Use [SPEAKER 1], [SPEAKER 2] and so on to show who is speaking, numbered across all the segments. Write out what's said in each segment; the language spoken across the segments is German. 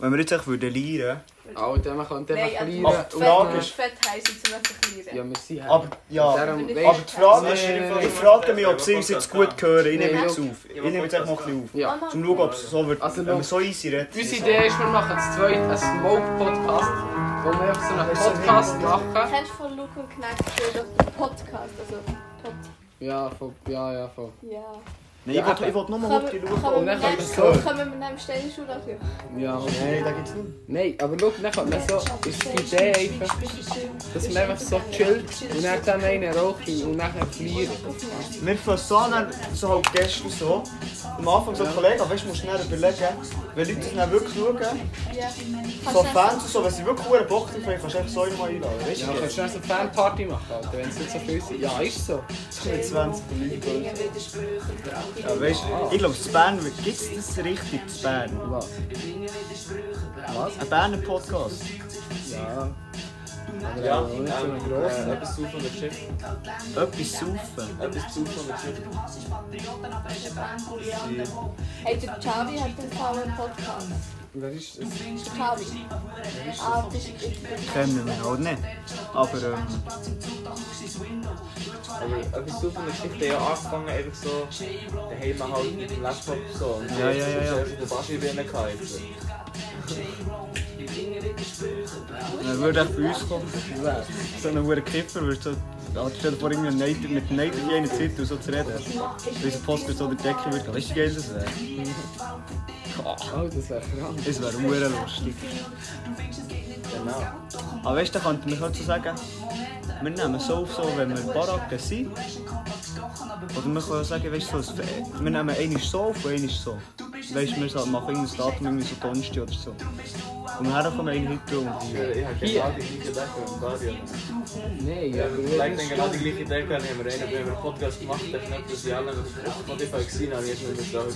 [SPEAKER 1] Wenn wir jetzt einfach würden lieren.
[SPEAKER 2] Alter, man könnte
[SPEAKER 3] Nein,
[SPEAKER 2] einfach
[SPEAKER 1] Ach, die
[SPEAKER 3] also Fett,
[SPEAKER 2] verlieren.
[SPEAKER 1] Frage
[SPEAKER 2] Nein.
[SPEAKER 3] ist... Fett heisst, jetzt möchte ich verlieren.
[SPEAKER 2] Ja, wir sind halt-
[SPEAKER 1] Aber ja.
[SPEAKER 2] Darum,
[SPEAKER 3] Aber
[SPEAKER 2] weisst-
[SPEAKER 1] Aber die Frage ist,
[SPEAKER 2] Nee, nee, nee.
[SPEAKER 1] ich frage mich, ob sie uns jetzt gut hören. Ich nehme jetzt auf. Ich
[SPEAKER 4] Ja,
[SPEAKER 1] nehme jetzt einfach mal ein bisschen
[SPEAKER 2] Ja.
[SPEAKER 3] Oh
[SPEAKER 1] auf.
[SPEAKER 3] Mann.
[SPEAKER 1] Zum Schauen, ob es so wird.
[SPEAKER 2] Also,
[SPEAKER 1] Wenn wir
[SPEAKER 2] schau.
[SPEAKER 1] so easy reden.
[SPEAKER 2] Unsere Idee ist, wir machen zu zweit einen Smoke-Podcast, wo wir einfach so einen Podcast machen.
[SPEAKER 3] Kennst du von Luke und Knack schon den Podcast? Also, Pod...
[SPEAKER 2] Ja, voll. Ja, ja, voll.
[SPEAKER 3] Ja.
[SPEAKER 1] Nein, ich wollte ich wollte nur mal
[SPEAKER 3] Können
[SPEAKER 1] kurz
[SPEAKER 3] wir-
[SPEAKER 1] schauen. ob-
[SPEAKER 3] können wir
[SPEAKER 2] dann kannst
[SPEAKER 3] mit
[SPEAKER 2] du es
[SPEAKER 3] dem-
[SPEAKER 2] hören.
[SPEAKER 3] können wir mit einem Steinschuh dafür?
[SPEAKER 2] Ja.
[SPEAKER 1] Nein, da gibt's nicht.
[SPEAKER 2] Nein, aber schau, dann kommt man so, ist die Idee einfach, dass man einfach so chillt und dann dann einen rauchen und nachher fliehen.
[SPEAKER 1] Wir fangen so an, dann so halt gestern so. Am Anfang so, Kollegen, weißt du, musst du dann überlegen, wenn Leute das dann wirklich schauen,
[SPEAKER 3] Ja.
[SPEAKER 1] so Fans und so, wenn sie wirklich hohe Bock drauf haben, kannst du einfach so einmal einladen. Weißt
[SPEAKER 2] Ja,
[SPEAKER 1] du,
[SPEAKER 2] kannst du dann so eine Fanparty machen, Alter, wenn es nicht so viel sind. Ja, ist so.
[SPEAKER 1] so mit 20 Leuten. Ja, weißt du, ich glaube, in Bern gibt es das richtig in Bern.
[SPEAKER 2] Was? Was?
[SPEAKER 1] Ein Berner Podcast.
[SPEAKER 2] Ja. Aber
[SPEAKER 4] Ja,
[SPEAKER 2] auch nicht so ne?
[SPEAKER 4] ähm,
[SPEAKER 2] einen grossen.
[SPEAKER 4] äh, etwas zu von der Geschichte.
[SPEAKER 1] Etwas saufen.
[SPEAKER 4] Etwas zu von der Geschichte.
[SPEAKER 3] Hey, der Chavi hat den faulen Podcast.
[SPEAKER 2] Wer ist das?
[SPEAKER 3] Der Chavi. Ah, das ist
[SPEAKER 1] Kennen wir halt nicht. Aber ähm,
[SPEAKER 4] Aber etwas zu von der Geschichte hat ja angefangen, einfach so daheim halt mit dem Laptop so. Und
[SPEAKER 1] Ja, ja, ja, ja.
[SPEAKER 4] Ich habe den Baschi drinnen gehabt. jetzt.
[SPEAKER 1] er würde auch bei uns kommen. So ein hoher Kiffer würde so. Anstelle vor irgendwie einem Nader, mit einem Nader in einer Zeit und so zu reden. Weil so ein Podcast so der Decke würde. gehen. Weißt du, wie geil das wäre?
[SPEAKER 2] Oh, das wäre krank.
[SPEAKER 1] Das wäre hure lustig.
[SPEAKER 4] Genau.
[SPEAKER 1] Aber weißt du, da könnte man halt so sagen, wir nehmen so auf, so, wenn wir in Baracken sind. Oder man kann auch sagen, weißt du, so, es- wir nehmen einmal so auf und einmal so. Weißt du, wir so- machen irgendein Datum, irgendwie so Donnerstag oder so. Und dann kommen wir eigentlich heute und
[SPEAKER 4] Ich habe genau die gleiche Decke im Stadion.
[SPEAKER 2] Nein,
[SPEAKER 4] Ja,
[SPEAKER 2] aber
[SPEAKER 4] wir haben genau die gleiche Decke. Dann haben wir einen über einen Podcast gemacht. Ich habe nicht, dass ich alle auf Spotify gesehen habe. Jetzt nicht mehr so.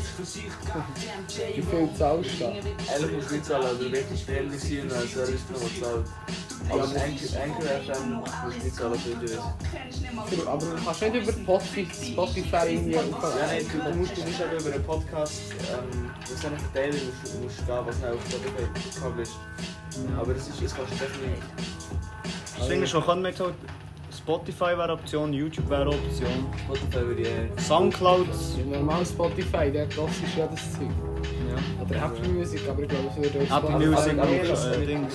[SPEAKER 2] wie viel zahlst du da?
[SPEAKER 4] Ehrlich muss ich nicht zahlen, aber wirklich ständig sein und einen Service noch zahlen. Aber das Anchor FM muss ich nicht zahlen für dich.
[SPEAKER 2] Für- Aber du kannst nicht über Spotify, Spotify irgendwie
[SPEAKER 4] Ja,
[SPEAKER 2] aufhören.
[SPEAKER 4] nein, du du musst nicht eben über einen Podcast, ähm, das ist einfach Teil, musst, musst gehen, was dann auf Spotify published. Aber das ist, das kannst du definitiv nicht.
[SPEAKER 1] Deswegen ist, man kann mit halt Spotify wäre eine Option, YouTube wäre eine Option,
[SPEAKER 4] Spotify würde ich... äh,
[SPEAKER 1] Soundcloud.
[SPEAKER 2] Ja, normal Spotify, der kostet ist ja das Zeug.
[SPEAKER 1] Ja.
[SPEAKER 2] Oder Apple Music, aber ich glaube, es würde auch
[SPEAKER 1] Apple
[SPEAKER 2] Spotify-
[SPEAKER 1] Music.
[SPEAKER 4] Aber mit
[SPEAKER 1] äh,
[SPEAKER 4] diesen
[SPEAKER 1] Dings.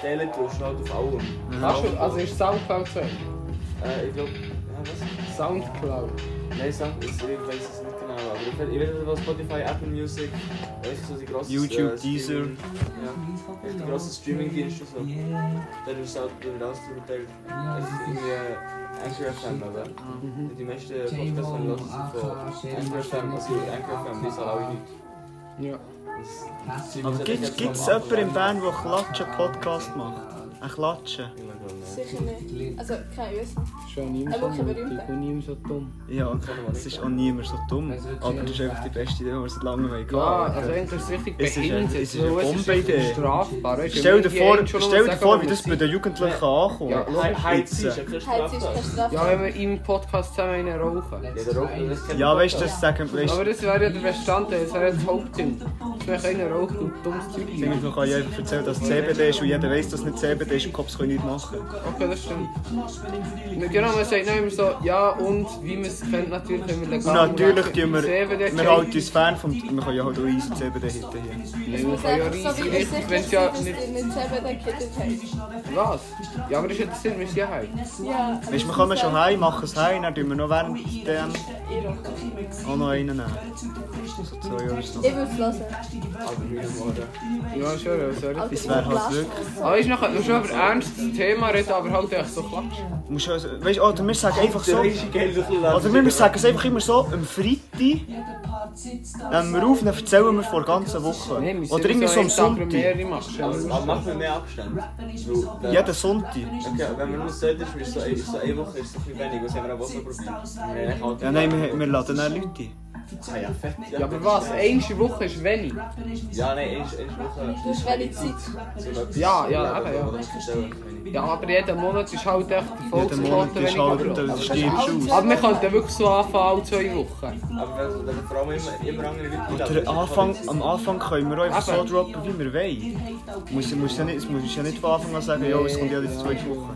[SPEAKER 4] Teilen tust du halt auf allem.
[SPEAKER 2] Hast du, also ist Soundcloud so?
[SPEAKER 4] Äh, ich glaube... Ja, was?
[SPEAKER 2] Soundcloud.
[SPEAKER 4] Nein, sag, ich weiß es nicht genau, aber ich, weiß- ich weiß nicht, was Spotify, Apple Music, weißt du, so die grossen... äh,
[SPEAKER 1] YouTube,
[SPEAKER 4] Streaming- Ja, die grossen Streaming-Dienste so. Da tust du halt, da wird alles drüber geteilt. Es ist irgendwie... äh, Anchor FM, aber... Die meisten Podcasts haben das von Anchor FM, also Anchor FM, die ist halt auch nicht.
[SPEAKER 2] Ja.
[SPEAKER 4] Das-
[SPEAKER 1] Aber gibt es jemanden in Bern, der Klatschen-Podcast macht? Ein Klatschen?
[SPEAKER 4] eh.
[SPEAKER 3] sicher nicht. Also, kein US.
[SPEAKER 2] Schon niemand so
[SPEAKER 3] Aber können wir
[SPEAKER 2] mutig
[SPEAKER 3] rüber?
[SPEAKER 2] und niemand so dumm.
[SPEAKER 1] Ja, es ist auch niemand so dumm. Aber das ist einfach die beste Idee, die wir seit langem haben.
[SPEAKER 2] Ja, also eigentlich ist es richtig
[SPEAKER 1] Es ist eine-
[SPEAKER 2] behindert.
[SPEAKER 1] es ist eine
[SPEAKER 2] weil ist
[SPEAKER 1] Bombenidee.
[SPEAKER 2] richtig strafbar. weißt du,
[SPEAKER 1] Stell
[SPEAKER 2] wenn
[SPEAKER 1] dir
[SPEAKER 2] wir
[SPEAKER 1] vor,
[SPEAKER 2] jetzt schon nur
[SPEAKER 1] stell dir
[SPEAKER 2] sagen,
[SPEAKER 1] vor
[SPEAKER 2] wo
[SPEAKER 1] wie
[SPEAKER 2] wir
[SPEAKER 1] das bei
[SPEAKER 2] sind.
[SPEAKER 1] den Jugendlichen ankommt.
[SPEAKER 2] Ja,
[SPEAKER 4] Heiz ist ja
[SPEAKER 3] Heiz
[SPEAKER 4] kein
[SPEAKER 3] ist keine
[SPEAKER 4] Straftat.
[SPEAKER 3] Strafe.
[SPEAKER 2] Ja, wenn wir im Podcast zusammen einen rauchen.
[SPEAKER 4] Ja, der Rock- das ist kein
[SPEAKER 1] Ja, weißt du,
[SPEAKER 4] Straftat.
[SPEAKER 2] dus
[SPEAKER 1] das sagen weißt,
[SPEAKER 2] Aber
[SPEAKER 1] du,
[SPEAKER 2] das wäre ja der Bestandteil, das wäre ja das Hauptding. Dass wir können rauchen und dummes Zeug machen.
[SPEAKER 1] man kann ja einfach erzählen, dass es CBD ist und jeder weiß, dass es nicht CBD ist und Cops können nicht machen.
[SPEAKER 2] Okay, das stimmt. Na, Genau, man sagt dann immer so, ja und wie man es kennt, natürlich können wir
[SPEAKER 1] Und
[SPEAKER 2] legal
[SPEAKER 1] natürlich
[SPEAKER 2] machen.
[SPEAKER 1] tun wir,
[SPEAKER 2] CBD
[SPEAKER 1] wir halten uns fern vom, wir können ja halt auch easy CBD hitten hier.
[SPEAKER 2] Nein,
[SPEAKER 3] Ich
[SPEAKER 2] wir
[SPEAKER 3] muss
[SPEAKER 2] können ja
[SPEAKER 3] einfach so
[SPEAKER 2] riesig
[SPEAKER 3] wie ich
[SPEAKER 2] richtig, wenn
[SPEAKER 3] sicher
[SPEAKER 2] es ja
[SPEAKER 3] sein, dass
[SPEAKER 2] nicht...
[SPEAKER 3] ihr nicht selber den Kittel habt.
[SPEAKER 2] Was? Ja, aber das ist ja das Sinn, wir sind ja heim.
[SPEAKER 3] Ja. also
[SPEAKER 1] Weißt du, wir
[SPEAKER 3] das
[SPEAKER 1] kommen
[SPEAKER 3] ist
[SPEAKER 1] schon
[SPEAKER 3] ja-
[SPEAKER 1] heim, machen es heim, dann tun wir noch währenddem
[SPEAKER 3] Ich rauche.
[SPEAKER 1] auch noch einen nehmen. So zwei Jahre ist noch.
[SPEAKER 3] Ich will es hören.
[SPEAKER 2] Also,
[SPEAKER 4] Aber wir haben
[SPEAKER 2] Ja, schon, sorry.
[SPEAKER 3] Also,
[SPEAKER 1] Das wäre halt
[SPEAKER 3] lass
[SPEAKER 1] wirklich-
[SPEAKER 3] es.
[SPEAKER 2] Aber ich nachher noch schon über ernstes Thema reden, aber halt echt so klatsch.
[SPEAKER 1] Du musst also, weißt du, oder wir sagen einfach so.
[SPEAKER 4] Geld
[SPEAKER 1] Also wir sagen es einfach immer so, am Freitag nehmen wir auf und dann erzählen wir vor der ganzen Woche.
[SPEAKER 2] Nein, wir
[SPEAKER 1] Oder irgendwie so am
[SPEAKER 2] einen Tag
[SPEAKER 1] Sonntag.
[SPEAKER 2] Premiere machen.
[SPEAKER 4] Aber machen wir mehr Abstand. Weil-
[SPEAKER 2] dus-
[SPEAKER 1] Jeden Sonntag.
[SPEAKER 4] Okay, wenn wir nur sollten, ist es so, ist so eine Woche ist es ein bisschen wenig. Was haben wir eine Woche probiert? Wir haben eigentlich auch-
[SPEAKER 1] Ja, nein, wir, wir laden dann Leute ein.
[SPEAKER 4] Ah ja, vet.
[SPEAKER 2] Ja, aber was? Eentje Woche ist wenig.
[SPEAKER 4] Ja, nee, eens, eens Woche.
[SPEAKER 3] Dus wel iets ziet.
[SPEAKER 4] Zodat-
[SPEAKER 2] Ja, ja,
[SPEAKER 4] dat-
[SPEAKER 2] eben, ja.
[SPEAKER 4] dat moet vertellen, ik weet niet.
[SPEAKER 2] Ja, aber jeden Monat ist halt echt die
[SPEAKER 1] Jeden Monat
[SPEAKER 2] Volksquote
[SPEAKER 1] ist
[SPEAKER 2] wenig
[SPEAKER 1] halt,
[SPEAKER 2] abgelaufen.
[SPEAKER 1] du stirbst aus.
[SPEAKER 2] Aber wir könnten wirklich so anfangen, alle zwei Wochen.
[SPEAKER 4] Aber wenn, wenn vor allem immer, immer andere Leute
[SPEAKER 1] Der Anfang, am Anfang können wir auch einfach so
[SPEAKER 2] Eben.
[SPEAKER 1] droppen, wie wir wollen. Muss, muss, ja nicht, muss ja nicht von Anfang an sagen, jo, es kommt jede zweite Woche.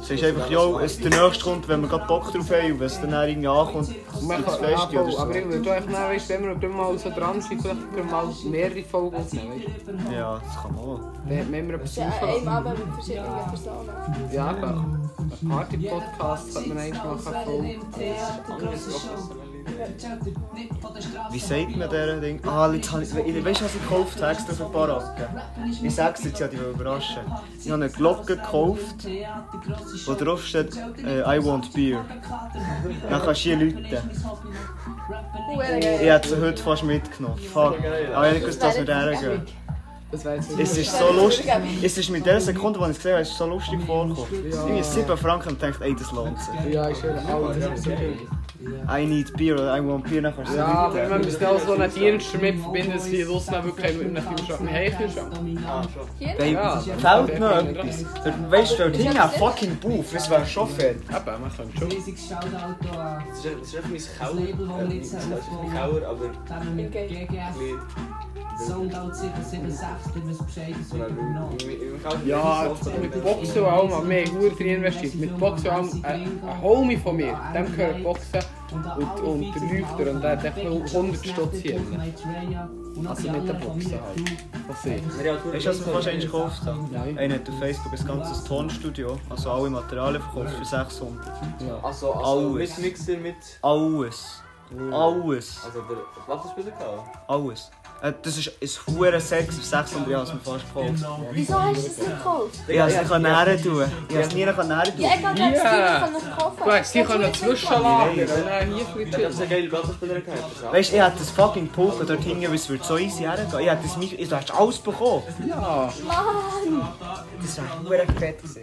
[SPEAKER 1] Es ist einfach, jo, es der nächste kommt, wenn wir gerade Bock drauf haben und wenn es dann dann irgendwie ankommt,
[SPEAKER 2] Und wir
[SPEAKER 1] gibt es
[SPEAKER 2] können
[SPEAKER 1] Feste oder
[SPEAKER 2] abbauen.
[SPEAKER 1] so.
[SPEAKER 2] Aber ich würde echt nicht, weißt, wenn wir auf einmal mal so dran sind, vielleicht können wir mal mehrere Folgen aufnehmen. weisst du.
[SPEAKER 1] Ja, das kann man auch.
[SPEAKER 2] Dann haben wir etwas
[SPEAKER 3] Ja,
[SPEAKER 2] aufgelassen.
[SPEAKER 3] eben aber mit verschiedenen Personen.
[SPEAKER 2] Ja, eben. Ein Party-Podcast könnte man eigentlich machen. voll.
[SPEAKER 1] Wie sagt man dieser Ding? Ah, jetzt habe ich, we- weißt du, was ich gekauft habe, extra für die Baracke? Ich sag's jetzt, ja, die will überraschen. Ich habe eine Glocke gekauft, wo drauf steht, äh, I want beer. Dann kannst du hier läuten.
[SPEAKER 3] Huere
[SPEAKER 1] Ich
[SPEAKER 3] geil.
[SPEAKER 1] hätte sie heute fast mitgenommen. Fuck. Aber ich nicht gewusst, dass wir dahin gehen.
[SPEAKER 2] Das wäre jetzt
[SPEAKER 1] Es ist so lustig. Es ist mit der Sekunde, als ich es gesehen habe, ist es so lustig vorgekommen. Ich habe 7 Franken und dachte, ey, das lohnt sich.
[SPEAKER 2] Ja, ist ja auch, das ist so schön.
[SPEAKER 1] I need beer oder I want beer, dann kannst du
[SPEAKER 2] Ja,
[SPEAKER 1] ja.
[SPEAKER 2] aber wir müssen auch so einen Dienst damit verbinden, dass hier draussen wirklich mit einem Kühlschrank haben. Kühlschrank.
[SPEAKER 4] Ah, schon.
[SPEAKER 1] Baby,
[SPEAKER 2] Ja.
[SPEAKER 1] fehlt noch etwas. Dort- Weißt du, dort hinten ein fucking Buff, das wäre schon fett.
[SPEAKER 2] Eben, wir können schon.
[SPEAKER 5] Riesig Shoutout an
[SPEAKER 4] Het is echt- het is echt mijn schouder. Eh, niet- Het is echt mijn schouder, maar een
[SPEAKER 5] Carmen GGS.
[SPEAKER 4] beetje-
[SPEAKER 5] Soundout 776, der wisst Bescheid, es
[SPEAKER 4] Dus-
[SPEAKER 5] wird übernommen.
[SPEAKER 2] Ja, mit Boxen und allem haben wir gut drin investiert. Mit Boxen und allem, ein, ein Homie von mir, dem gehört Boxen und, und der
[SPEAKER 5] nou
[SPEAKER 2] Lüfter und der hat echt nur 100 Stutz hier. Also mit der Boxen halt. Was sehe ich?
[SPEAKER 1] Weißt du, was wir fast eigentlich gekauft haben?
[SPEAKER 2] Nein.
[SPEAKER 1] Einer hat auf Facebook ein ganzes Tonstudio, also alle Materialien verkauft für 600.
[SPEAKER 2] Ja.
[SPEAKER 4] Also, also
[SPEAKER 1] Alles.
[SPEAKER 4] mit Mixer, mit...
[SPEAKER 1] Alles. Alles.
[SPEAKER 4] Also, der Plattenspieler gehabt?
[SPEAKER 1] Alles. Äh, Das ist ein hoher Sex auf 600 Jahre, das wir fast gekauft haben.
[SPEAKER 3] Wieso hast du das nicht gekauft?
[SPEAKER 1] Ich kann es nicht näher tun. Ich kann es nie näher tun.
[SPEAKER 3] Ja, ich kann
[SPEAKER 2] Ja.
[SPEAKER 3] das Team nicht kaufen.
[SPEAKER 2] Du hast sicher noch zwischenlagern und dann hier ein
[SPEAKER 4] Ich
[SPEAKER 2] bisschen
[SPEAKER 4] habe einen
[SPEAKER 2] chillen.
[SPEAKER 4] geilen Plattenspieler gehabt. das auch.
[SPEAKER 1] Weißt du, ich hätte das fucking Poker dort hingehen, weil es würde so easy hergehen. Ich hätte das Mikro, du hättest alles bekommen.
[SPEAKER 2] Ja.
[SPEAKER 3] Mann!
[SPEAKER 1] Das wäre verdammt fett gewesen.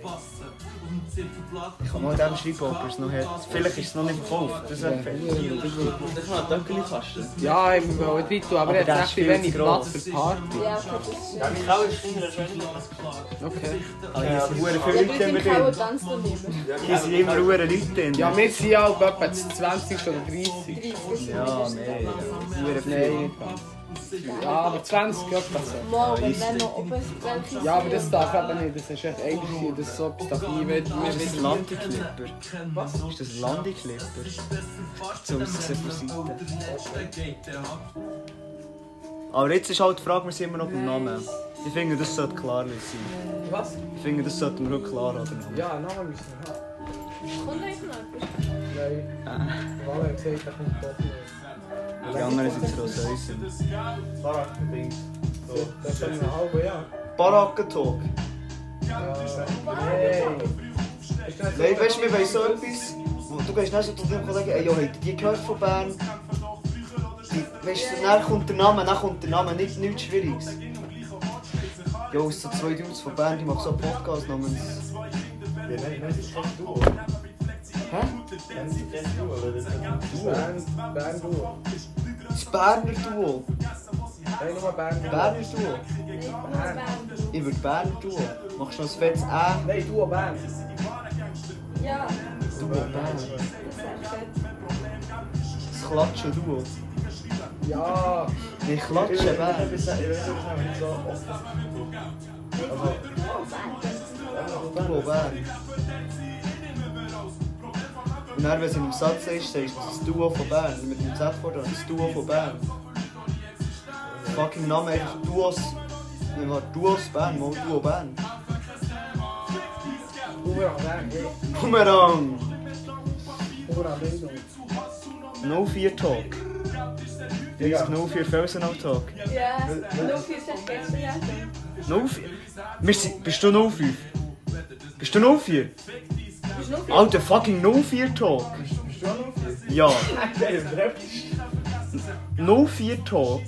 [SPEAKER 1] Ich kann mal dem schreiben, ob er es noch hat. Vielleicht ist es noch nicht verkauft. Das wäre fett.
[SPEAKER 4] Das war ein Dunkelkasten.
[SPEAKER 2] Ja, ich will nicht rein tun, aber er
[SPEAKER 1] der
[SPEAKER 2] hat echt
[SPEAKER 1] spielt
[SPEAKER 2] wenig
[SPEAKER 1] gross.
[SPEAKER 2] Platz für die Party.
[SPEAKER 3] Ja, okay, das ist schön.
[SPEAKER 2] Okay.
[SPEAKER 1] Aber hier sind verdammt
[SPEAKER 3] Ja,
[SPEAKER 1] viele
[SPEAKER 3] du
[SPEAKER 1] Leute immer
[SPEAKER 3] sind keine
[SPEAKER 1] drin.
[SPEAKER 3] Tanz daneben.
[SPEAKER 1] Hier sind immer verdammt Leute drin.
[SPEAKER 2] Ja, wir sind ja auch etwa 20 oder 30.
[SPEAKER 1] Ja, Ah, nee. Verdammt
[SPEAKER 2] Nein,
[SPEAKER 1] viel.
[SPEAKER 2] nicht ganz. Ja, aber 20 etwa so.
[SPEAKER 3] Mal, wenn dann noch oben ist, dann ist es
[SPEAKER 2] Ja, aber das darf eben nicht. Das ist echt eigentlich das so, das darf nie werden.
[SPEAKER 1] Ist das ein Landeklipper? Was? Ist das ein Landeklipper? So ausgesehen von Seite. Aber jetzt ist halt die Frage, wir sind immer noch beim Namen. Ich finde, das sollte klar sein.
[SPEAKER 2] Was?
[SPEAKER 1] Ich finde, das sollte man auch klar haben. den Namen.
[SPEAKER 2] Ja, nochmal müssen wir haben.
[SPEAKER 3] Kommt eigentlich noch etwas?
[SPEAKER 2] Nein. Walla hat gesagt, er kommt doch nicht.
[SPEAKER 1] Die anderen sind so süß.
[SPEAKER 2] Das ist schon ein halbes Jahr.
[SPEAKER 1] Barackentalk.
[SPEAKER 2] Hey.
[SPEAKER 1] Nein, weißt du, wir wollen so etwas. wo Du gehst nicht so zu dem Kollegen, ey, yo, habt ihr die gehört von Bern? Die, weißt du, dann kommt der Name, dann kommt der Name, nicht, nichts Schwieriges. Jo, es sind so zwei Dudes von Bern, die machen so einen Podcast namens.
[SPEAKER 2] Bernduo.
[SPEAKER 1] Das Berner Duo.
[SPEAKER 2] Nein, nochmal Bernduo.
[SPEAKER 1] Berner Duo.
[SPEAKER 3] Nein,
[SPEAKER 1] Ich würde Berner Duo. Machst du noch ein fettes Ä?
[SPEAKER 2] Nein, Duo Bern.
[SPEAKER 3] Ja,
[SPEAKER 1] Duo Bern.
[SPEAKER 3] das ist echt fett.
[SPEAKER 1] Das Klatschen Duo.
[SPEAKER 2] Ja.
[SPEAKER 1] Nein, Klatschen Bern. Duo Bern. Und dann, wenn es in einem Satz ist, sagst du das Duo von Bern. Mit dem Z vorne, das Duo von Bern. Fucking Name einfach Duos. Nein, warte, Duos Bern, mal Duo Bern.
[SPEAKER 2] Ura Bern.
[SPEAKER 1] Bumerang!
[SPEAKER 2] Ura Bildung.
[SPEAKER 1] 04 Talk. 30 04 Felsenau Talk.
[SPEAKER 3] Ja, nur für sich gestern, ja.
[SPEAKER 1] 04? Wir sind, Nou, bist du 05? Bist du 04?
[SPEAKER 3] Bist du noch für
[SPEAKER 1] Alter fucking 04 Talk. Ja. 04 Talk.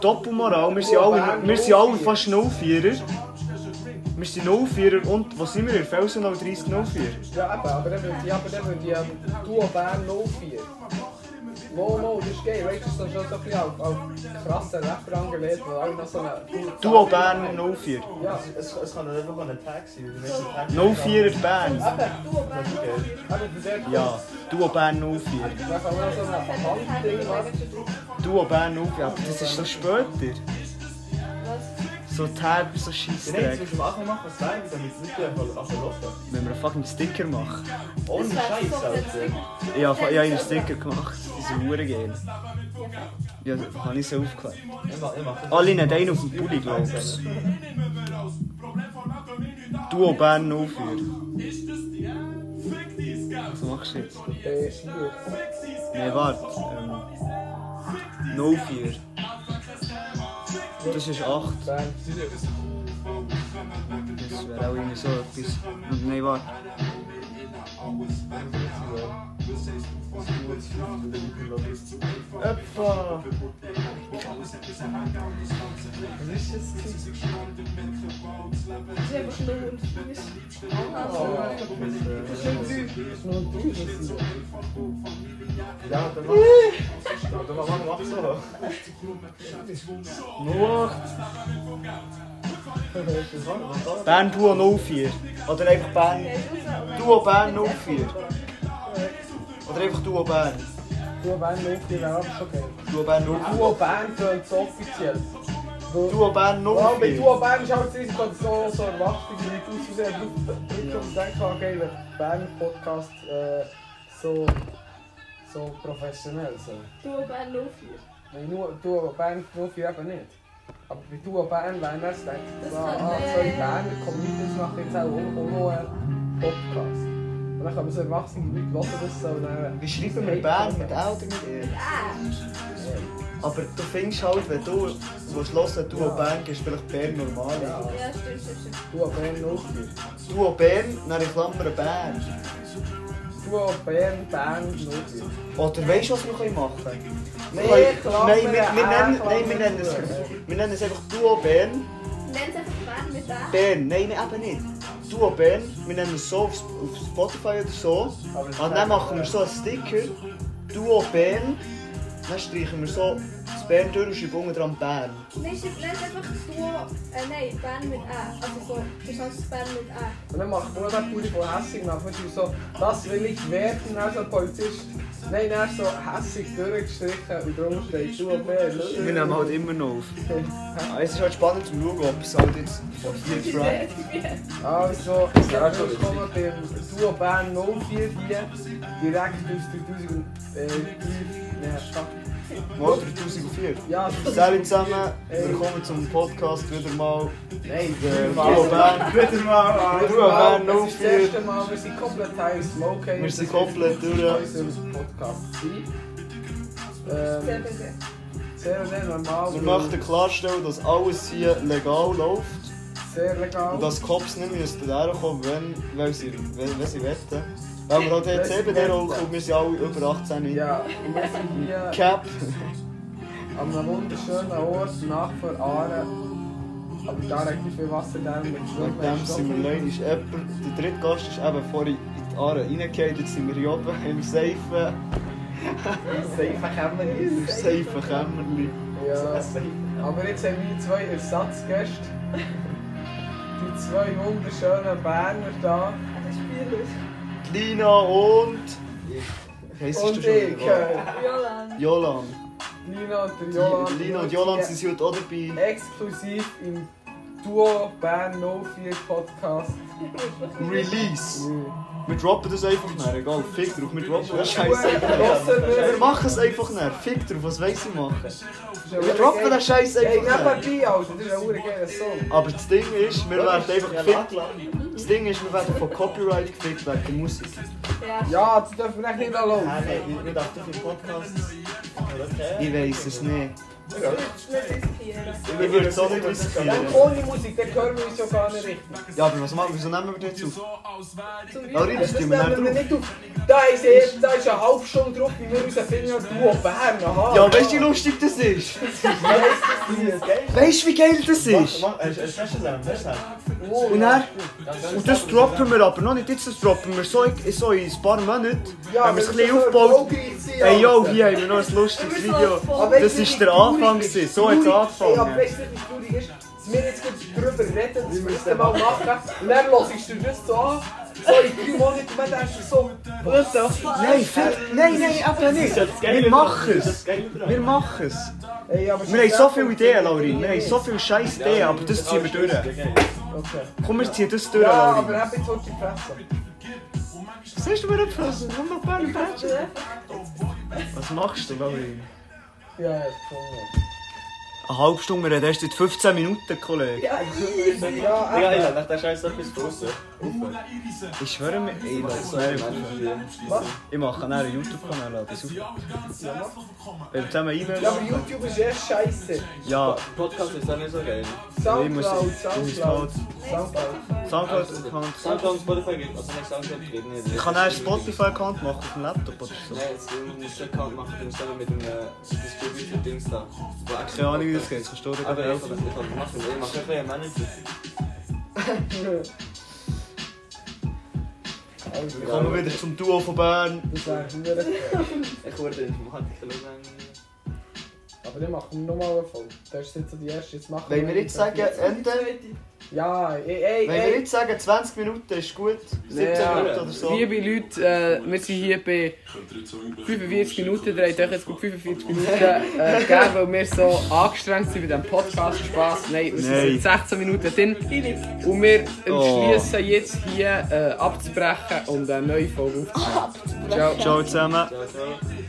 [SPEAKER 1] Doppelmoral, wir sind alle, wir sind alle fast 04er. Wir sind 04er und was sind wir? Felsenau 30 04.
[SPEAKER 2] Ja, eben, aber dann würde ich, aber dann würde ich ähm, Duo Bern 04. Und Mo, Mo, das ist geil. Weißt du, das ist schon so ein bisschen auf, auf krassen Rapper angelegt, wo alle noch so eine...
[SPEAKER 1] Duo Bern nou 04.
[SPEAKER 2] Ja,
[SPEAKER 6] Es, es kann einfach ein Tag sein, weil die meisten Tags-
[SPEAKER 1] 04er Nou Bern.
[SPEAKER 2] eben. Du, aber
[SPEAKER 6] Das ist geil.
[SPEAKER 2] der...
[SPEAKER 1] Ja, Duo Bern nou 04.
[SPEAKER 2] Da kann man noch so eine Handding machen.
[SPEAKER 1] Duo Bern nou 04. Aber das ist so später.
[SPEAKER 3] Was?
[SPEAKER 1] So Tag, so
[SPEAKER 6] Nein,
[SPEAKER 1] Scheissdreck.
[SPEAKER 6] zwischen dem 8 und 8 was sein, damit es nicht einfach auf der Luft
[SPEAKER 4] Dus
[SPEAKER 6] ist.
[SPEAKER 1] Wenn wir einen fucking Sticker machen.
[SPEAKER 6] Ohne
[SPEAKER 3] Das wär
[SPEAKER 6] Scheiß,
[SPEAKER 3] so witzig.
[SPEAKER 6] Alter.
[SPEAKER 1] Ich habe ich hab einen Sticker gemacht. Die sind hure geil. Ja, habe ich sie aufgeklebt.
[SPEAKER 6] Ich mach- ich mach das.
[SPEAKER 1] Alle nicht einen auf dem Pulli, glaubst du? Duo Bern 04. Was machst du jetzt?
[SPEAKER 2] Der ist gut.
[SPEAKER 1] Nee, warte. Ähm, 04. Das ist 8.
[SPEAKER 2] Bang.
[SPEAKER 1] Das wäre auch irgendwie so etwas. Und nein, warte.
[SPEAKER 6] Öppa.
[SPEAKER 3] Das ist einfach nur und fies.
[SPEAKER 2] Das ist ein Typ. Das ist nur ein Typ.
[SPEAKER 6] Ja, dann mach. Dann mach, mach so.
[SPEAKER 1] Nur
[SPEAKER 2] Das ist ein Typ.
[SPEAKER 1] Bern Duo 04. Oder einfach Bern.
[SPEAKER 3] Der ist raus und-
[SPEAKER 1] Duo Bern 04. Oder einfach Duo Bern.
[SPEAKER 2] Du, wenn du auf die Werbung schon gehst.
[SPEAKER 1] Duo Bern 04.
[SPEAKER 2] Duo Bern tönt so offiziell. Du,
[SPEAKER 1] Duo Bern
[SPEAKER 2] ja, bei
[SPEAKER 1] 04.
[SPEAKER 2] Duo Bern ist halt das Risiko, dass so, so erwachsene Leute aussehen. Du drückst und denkst, okay, der Bern-Podcast äh, so, so professionell. So.
[SPEAKER 3] Du, bei 04.
[SPEAKER 2] Weil nur Duo Bern rufe ich eben nicht. Aber bei Duo Bern, wenn er es denkt,
[SPEAKER 3] Das
[SPEAKER 2] so, ah,
[SPEAKER 3] könnte-
[SPEAKER 2] zwei Berner Comedians machen jetzt auch irgendwo einen Podcast. Und dann können wir so erwachsene Leute hören, das so. und dann-
[SPEAKER 1] Wie schreiben wir Bern mit L oder mit E? Aber du findest halt, wenn du willst hören Duo Bern, gehst du vielleicht Bern normal.
[SPEAKER 2] Ja,
[SPEAKER 3] Ja, stimmt, stimmt, stimmt.
[SPEAKER 2] Duo Bern rufe
[SPEAKER 1] Duo Bern, dann in Klammern Bern.
[SPEAKER 2] Duo Bern, Bern rufe
[SPEAKER 1] Oder weißt du, was wir machen können? Wir
[SPEAKER 2] Nee,
[SPEAKER 1] können-
[SPEAKER 2] Klammern,
[SPEAKER 1] nein, wir, wir,
[SPEAKER 2] A,
[SPEAKER 1] nennen, nein wir,
[SPEAKER 2] Klammern,
[SPEAKER 1] nennen es, wir nennen es einfach Duo Bern.
[SPEAKER 3] Nenn es einfach Mann mit A.
[SPEAKER 1] Bern, nein, nein, eben nicht. Duo Bern, wir nennen es so auf, Sp- auf Spotify oder so.
[SPEAKER 2] Aber
[SPEAKER 1] Und
[SPEAKER 2] das kann-
[SPEAKER 1] dann machen wir so einen Sticker. Duo Bern. Dann streichen wir so das Bern durch und schreiben unten dran Bern.
[SPEAKER 3] Nein, stimmt, nenn es einfach du. Äh, nein, Bern mit A. Also so, du sagst Bern mit A.
[SPEAKER 2] Und dann macht man noch den Pulli von hässig nach. Und ich so, das will ich werden, dann so ein Polizist. Nein, er ist so hässig durchgestrichen und drum steht du und mehr.
[SPEAKER 1] Wir nehmen halt immer noch auf. Ah, Es ist halt spannend zu schauen, ob es halt jetzt von hier frei
[SPEAKER 2] Also,
[SPEAKER 4] Ja, schon
[SPEAKER 2] herzlich willkommen beim Duo Bern 04 hier, direkt aus 2003.
[SPEAKER 1] Mal 3004.
[SPEAKER 2] Ja,
[SPEAKER 1] Salut zusammen, willkommen zum Podcast wieder mal.
[SPEAKER 2] Nein,
[SPEAKER 1] Der Duo
[SPEAKER 2] Duo
[SPEAKER 1] Bern.
[SPEAKER 6] Bitte mal.
[SPEAKER 1] Duo Bern
[SPEAKER 2] Das ist das
[SPEAKER 1] 04.
[SPEAKER 2] erste Mal, wir sind komplett heiß. Okay,
[SPEAKER 1] Wir sind komplett durch.
[SPEAKER 2] Das ist unser Podcast.
[SPEAKER 3] Sehr
[SPEAKER 2] Ähm,
[SPEAKER 3] bitte.
[SPEAKER 2] sehr, sehr normal.
[SPEAKER 1] Wir möchten klarstellen, dass alles hier legal läuft.
[SPEAKER 2] Sehr legal.
[SPEAKER 1] Und dass die Cops nicht müssen herkommen, wenn, weil sie, wenn, wenn sie wetten. Weil wir halt jetzt
[SPEAKER 2] Wenn sie
[SPEAKER 1] eben der
[SPEAKER 2] wetten.
[SPEAKER 1] rauchen und wir sind alle über 18.
[SPEAKER 2] Ja, und wir sind hier
[SPEAKER 1] Cap.
[SPEAKER 2] an einem wunderschönen Ort nach vor Aaren. Aber da regt nicht viel Wasser down mit
[SPEAKER 1] Wegen dem sind wir neulich jemand. Der dritte Gast ist eben vorhin in die Aare reingehauen. Jetzt sind wir hier oben im Safe.
[SPEAKER 2] Safe Kämmerli.
[SPEAKER 1] Im safe Kämmerli.
[SPEAKER 2] Ja, aber jetzt haben wir zwei Ersatzgäste. Die zwei wunderschönen Berner da.
[SPEAKER 3] Das ist schwierig.
[SPEAKER 1] Die Lina und... Heisst
[SPEAKER 2] Und
[SPEAKER 1] du schon
[SPEAKER 2] ich,
[SPEAKER 1] wieder?
[SPEAKER 2] äh,
[SPEAKER 3] Jolan.
[SPEAKER 1] Jolan.
[SPEAKER 2] Lina und der
[SPEAKER 1] Die-
[SPEAKER 2] Jolan.
[SPEAKER 1] Lina und Jolan sind heute auch dabei.
[SPEAKER 2] Exklusiv im Duo Bern 04 Podcast.
[SPEAKER 1] Release. Wir droppen dus das einfach nicht. Egal, fick drauf. Wir droppen das Scheiße. Wir
[SPEAKER 2] Wir
[SPEAKER 1] machen es einfach nicht. Fick drauf, was weiss ich machen? Wir droppen den Scheiß
[SPEAKER 2] Ey,
[SPEAKER 1] einfach nicht.
[SPEAKER 2] nebenbei, Alter, das ist ein urgeiler Song.
[SPEAKER 1] Aber das Ding ist, wir werden einfach gefickt. Das Ding ist, wir werden von Copyright gefickt wegen der Musik.
[SPEAKER 3] Ja.
[SPEAKER 2] Ja, das dürfen wir echt nicht erlauben.
[SPEAKER 6] Nein, nein, wir dachten für Podcasts.
[SPEAKER 1] dus Ich weiß es nicht.
[SPEAKER 3] Nicht riskieren.
[SPEAKER 1] Ich würde es auch nicht riskieren.
[SPEAKER 2] Dann ohne Musik, dann hören wir uns ja gar nicht richtig.
[SPEAKER 1] Ja, aber was machen wir? Wieso nehmen wir das jetzt auf?
[SPEAKER 2] Zum
[SPEAKER 1] Laurin, das
[SPEAKER 2] das
[SPEAKER 1] tun wir
[SPEAKER 2] nehmen wir
[SPEAKER 1] dann
[SPEAKER 2] nicht auf. Da ist, ja jetzt, da ist eine halbe Stunde drauf, wie wir unseren Finger du oben haben. Aha.
[SPEAKER 1] Ja, weißt du, wie lustig das ist? Weißt du, wie geil das ist? Und dann, und das droppen wir aber noch nicht. Jetzt das droppen wir so in, so in ein paar Monaten, wenn wir es ein bisschen aufbauen. Hey yo, hier haben wir noch ein lustiges Video. Das war der Anfang, gewesen. so hat es
[SPEAKER 2] Ja, aber
[SPEAKER 1] angefangen.
[SPEAKER 2] weißt du, wie traurig ist? Dass wir jetzt gleich drüber reden, das müssen wir mal machen. Und dann hörst du dir das so an. So in drei Monaten, und dann denkst du so, what the fuck?
[SPEAKER 1] Nein, fick- nein, nein, eben nicht. Wir machen es. Wir machen es.
[SPEAKER 2] Ey, aber
[SPEAKER 1] Wir haben so viele Ideen, Laurin. Wir haben so viele scheiß Ideen, aber das ziehen wir durch.
[SPEAKER 2] Okay.
[SPEAKER 1] Komm, wir ziehen das durch,
[SPEAKER 2] Ja, aber
[SPEAKER 1] Laurin.
[SPEAKER 2] hab jetzt heute die Fresse.
[SPEAKER 1] Siehst du mir etwas? Komm noch ein paar Was machst du, Laurin?
[SPEAKER 2] Ja, ja, ist gefunden.
[SPEAKER 1] Eine halbe Stunde, wir reden erst seit 15 Minuten, Kollege.
[SPEAKER 2] Ja, easy, ja.
[SPEAKER 4] Ja,
[SPEAKER 2] echt.
[SPEAKER 4] ja, nach der Scheiße etwas draussen.
[SPEAKER 1] Ich schwöre mir, ich lasse es nicht. Ich mache dann einen YouTube-Kanal an, das auf. Wenn wir zusammen E-Mail
[SPEAKER 2] Ja, aber YouTube ist echt scheiße.
[SPEAKER 1] eh, Ja,
[SPEAKER 4] Podcast ist auch nicht so geil.
[SPEAKER 1] ich muss...
[SPEAKER 2] Soundcloud,
[SPEAKER 1] Ich muss
[SPEAKER 2] Soundcloud.
[SPEAKER 1] halt...
[SPEAKER 2] Soundcloud.
[SPEAKER 1] Soundcloud-Account...
[SPEAKER 4] Soundcloud und Spotify geht, also nicht Soundcloud geht nicht.
[SPEAKER 1] Ich kann einen Spotify-Account machen auf dem Laptop oder so.
[SPEAKER 4] Nein, jetzt musst du einen Account machen, du musst dann mit dem äh, Distributor-Dings da.
[SPEAKER 1] Keine Ahnung, wie das geht, kannst du dir
[SPEAKER 4] Aber
[SPEAKER 1] gerade
[SPEAKER 4] ich kann
[SPEAKER 1] helfen?
[SPEAKER 4] das nicht machen, ich mache einfach einen Manager.
[SPEAKER 2] Also, ja,
[SPEAKER 1] Kommen wir wieder zum Duo von Bern.
[SPEAKER 2] das wäre verdammt.
[SPEAKER 4] Ich wurde Informatiker sagen.
[SPEAKER 2] Aber dann machen wir nochmal eine Folge. Das ist jetzt so die erste, jetzt machen
[SPEAKER 1] Wenn wir jetzt sagen, Ende...
[SPEAKER 2] Ja, ey, ey,
[SPEAKER 1] Wenn wir
[SPEAKER 2] ey.
[SPEAKER 1] jetzt sagen, 20 Minuten ist gut, 17
[SPEAKER 2] Ja.
[SPEAKER 1] Minuten oder so.
[SPEAKER 2] Liebe Leute, äh, wir sind hier bei 45 Minuten, ihr habt euch jetzt gut 45 Minuten äh, gegeben, weil wir so angestrengt sind mit diesem Podcast. Spass, nein, wir
[SPEAKER 1] Nein.
[SPEAKER 2] sind seit 16 Minuten drin und wir entschließen jetzt eh, hier äh, abzubrechen und eine neue Folge aufzunehmen. Ciao.
[SPEAKER 1] Ciao zusammen.